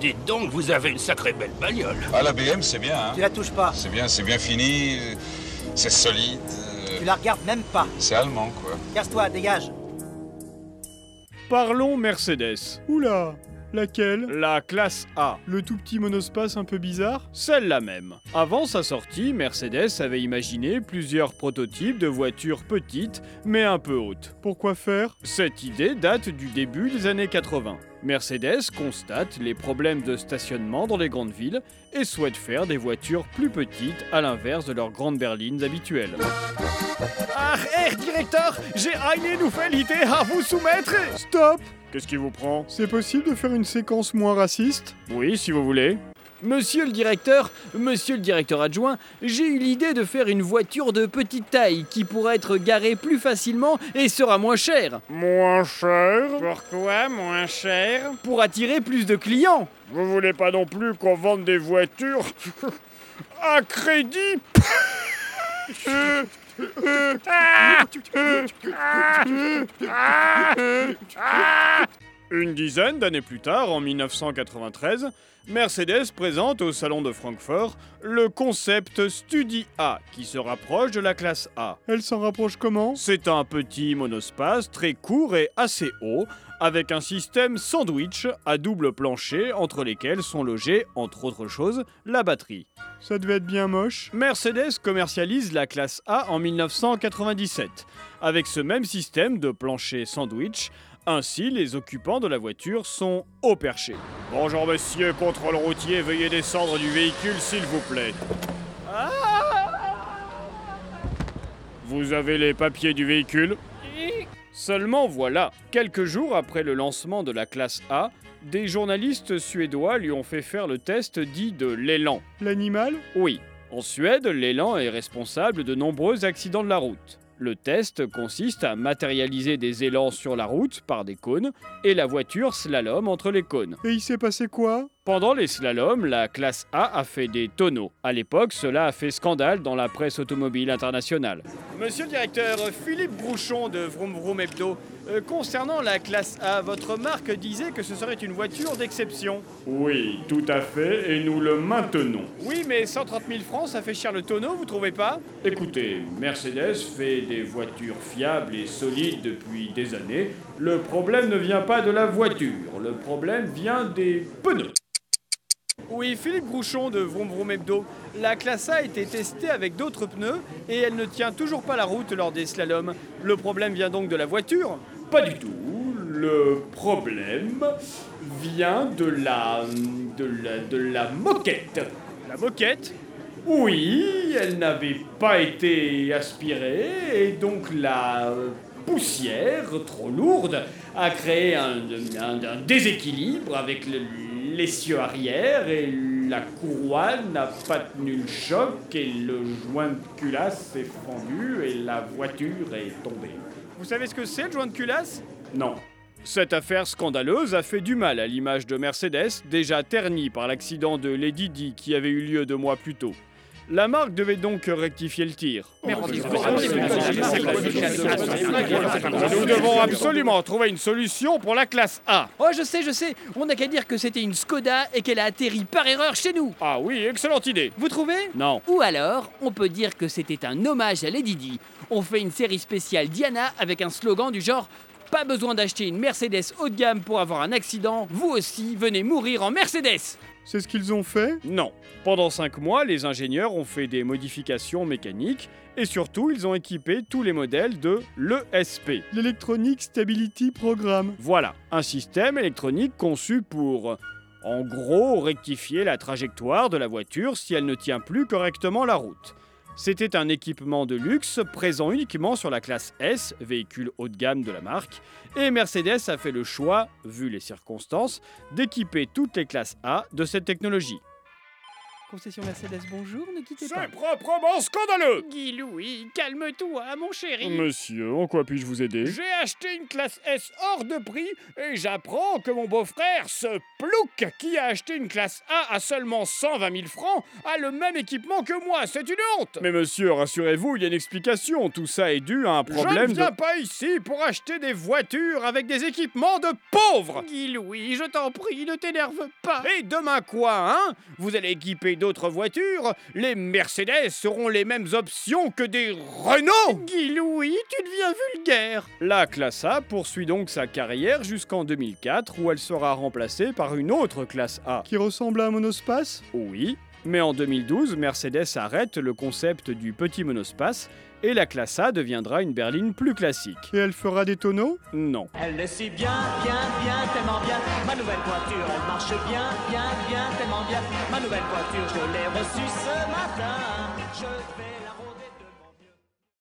Dites donc, vous avez une sacrée belle bagnole. Ah, la BM, c'est bien, hein Tu la touches pas. C'est bien, c'est bien fini, euh, c'est solide, euh, Tu la regardes même pas. c'est allemand, quoi. Casse-toi, dégage. Parlons Mercedes. Oula Laquelle La classe A. Le tout petit monospace un peu bizarre Celle-là même. Avant sa sortie, Mercedes avait imaginé plusieurs prototypes de voitures petites mais un peu hautes. Pourquoi faire Cette idée date du début des années 80. Mercedes constate les problèmes de stationnement dans les grandes villes et souhaite faire des voitures plus petites à l'inverse de leurs grandes berlines habituelles. Ah, Herr Directeur, j'ai une nouvelle idée à vous soumettre Stop Qu'est-ce qui vous prend C'est possible de faire une séquence moins raciste Oui, si vous voulez. Monsieur le directeur, monsieur le directeur adjoint, j'ai eu l'idée de faire une voiture de petite taille qui pourra être garée plus facilement et sera moins chère. Moins cher Pourquoi moins cher Pour attirer plus de clients. Vous voulez pas non plus qu'on vende des voitures à crédit Une dizaine d'années plus tard, en 1993, Mercedes présente au Salon de Francfort le concept Studi A, qui se rapproche de la classe A. Elle s'en rapproche comment C'est un petit monospace très court et assez haut, avec un système sandwich à double plancher entre lesquels sont logées, entre autres choses, la batterie. Ça devait être bien moche. Mercedes commercialise la classe A en 1997, avec ce même système de plancher sandwich. Ainsi, les occupants de la voiture sont au perché. Bonjour monsieur, contrôle routier, veuillez descendre du véhicule s'il vous plaît. Vous avez les papiers du véhicule Seulement voilà, quelques jours après le lancement de la classe A, des journalistes suédois lui ont fait faire le test dit de l'élan. L'animal Oui. En Suède, l'élan est responsable de nombreux accidents de la route. Le test consiste à matérialiser des élans sur la route par des cônes et la voiture slalom entre les cônes. Et il s'est passé quoi Pendant les slaloms, la classe A a fait des tonneaux. À l'époque, cela a fait scandale dans la presse automobile internationale. Monsieur le directeur, Philippe Brouchon de Vroom Vroom Hebdo, euh, concernant la classe A, votre marque disait que ce serait une voiture d'exception. Oui, tout à fait, et nous le maintenons. Oui, mais 130 000 francs, ça fait cher le tonneau, vous trouvez pas Écoutez, Mercedes fait des voitures fiables et solides depuis des années. Le problème ne vient pas de la voiture, le problème vient des pneus. Oui, Philippe Grouchon de Vroom Vroom Hebdo. La classe A a été testée avec d'autres pneus et elle ne tient toujours pas la route lors des slaloms. Le problème vient donc de la voiture Pas du tout. Le problème vient de la. de la. de la moquette. La moquette Oui, elle n'avait pas été aspirée et donc la poussière trop lourde a créé un, un- un déséquilibre avec le- l'essieu arrière et la courroie n'a pas tenu le choc et le joint de culasse s'est fendu et la voiture est tombée. Vous savez ce que c'est le joint de culasse Non. Cette affaire scandaleuse a fait du mal à l'image de Mercedes, déjà ternie par l'accident de Lady Di qui avait eu lieu deux mois plus tôt. La marque devait donc rectifier le tir. Nous devons absolument trouver une solution pour la classe A. Oh, je sais, je sais. On n'a qu'à dire que c'était une Skoda et qu'elle a atterri par erreur chez nous. Ah oui, excellente idée. Vous trouvez Non. Ou alors, on peut dire que c'était un hommage à Lady Di. On fait une série spéciale Diana avec un slogan du genre Pas besoin d'acheter une Mercedes haut de gamme pour avoir un accident, vous aussi venez mourir en Mercedes C'est ce qu'ils ont fait Non. Pendant 5 mois, les ingénieurs ont fait des modifications mécaniques et surtout, ils ont équipé tous les modèles de l'ESP. L'Electronic Stability Programme. Voilà, un système électronique conçu pour, en gros, rectifier la trajectoire de la voiture si elle ne tient plus correctement la route. C'était un équipement de luxe présent uniquement sur la classe S, véhicule haut de gamme de la marque, et Mercedes a fait le choix, vu les circonstances, d'équiper toutes les classes A de cette technologie. Concession Mercedes, bonjour, ne quittez pas. C'est proprement scandaleux Guy Louis, calme-toi, mon chéri. Monsieur, en quoi puis-je vous aider J'ai acheté une classe S hors de prix et j'apprends que mon beau-frère, ce plouc qui a acheté une classe A à seulement 120 000 francs, a le même équipement que moi. C'est une honte Mais monsieur, rassurez-vous, il y a une explication. Tout ça est dû à un Je problème ne de... viens pas ici pour acheter des voitures avec des équipements de pauvres Guy Louis, je t'en prie, ne t'énerve pas. Et demain quoi, hein Vous allez équiper d'autres voitures Les Mercedes seront les mêmes options que des Renault Guy Louis, tu deviens vulgaire. La classe A poursuit donc sa carrière jusqu'en 2004 où elle sera remplacée par une autre classe A. Qui ressemble à un monospace Oui, mais en 2012, Mercedes arrête le concept du petit monospace et la classe A deviendra une berline plus classique. Et elle fera des tonneaux Non. Elle le suit bien, bien, bien, tellement bien. Ma nouvelle voiture, elle marche bien, bien, bien, tellement bien. Ma nouvelle voiture, je l'ai reçue ce matin. Je vais la rouler.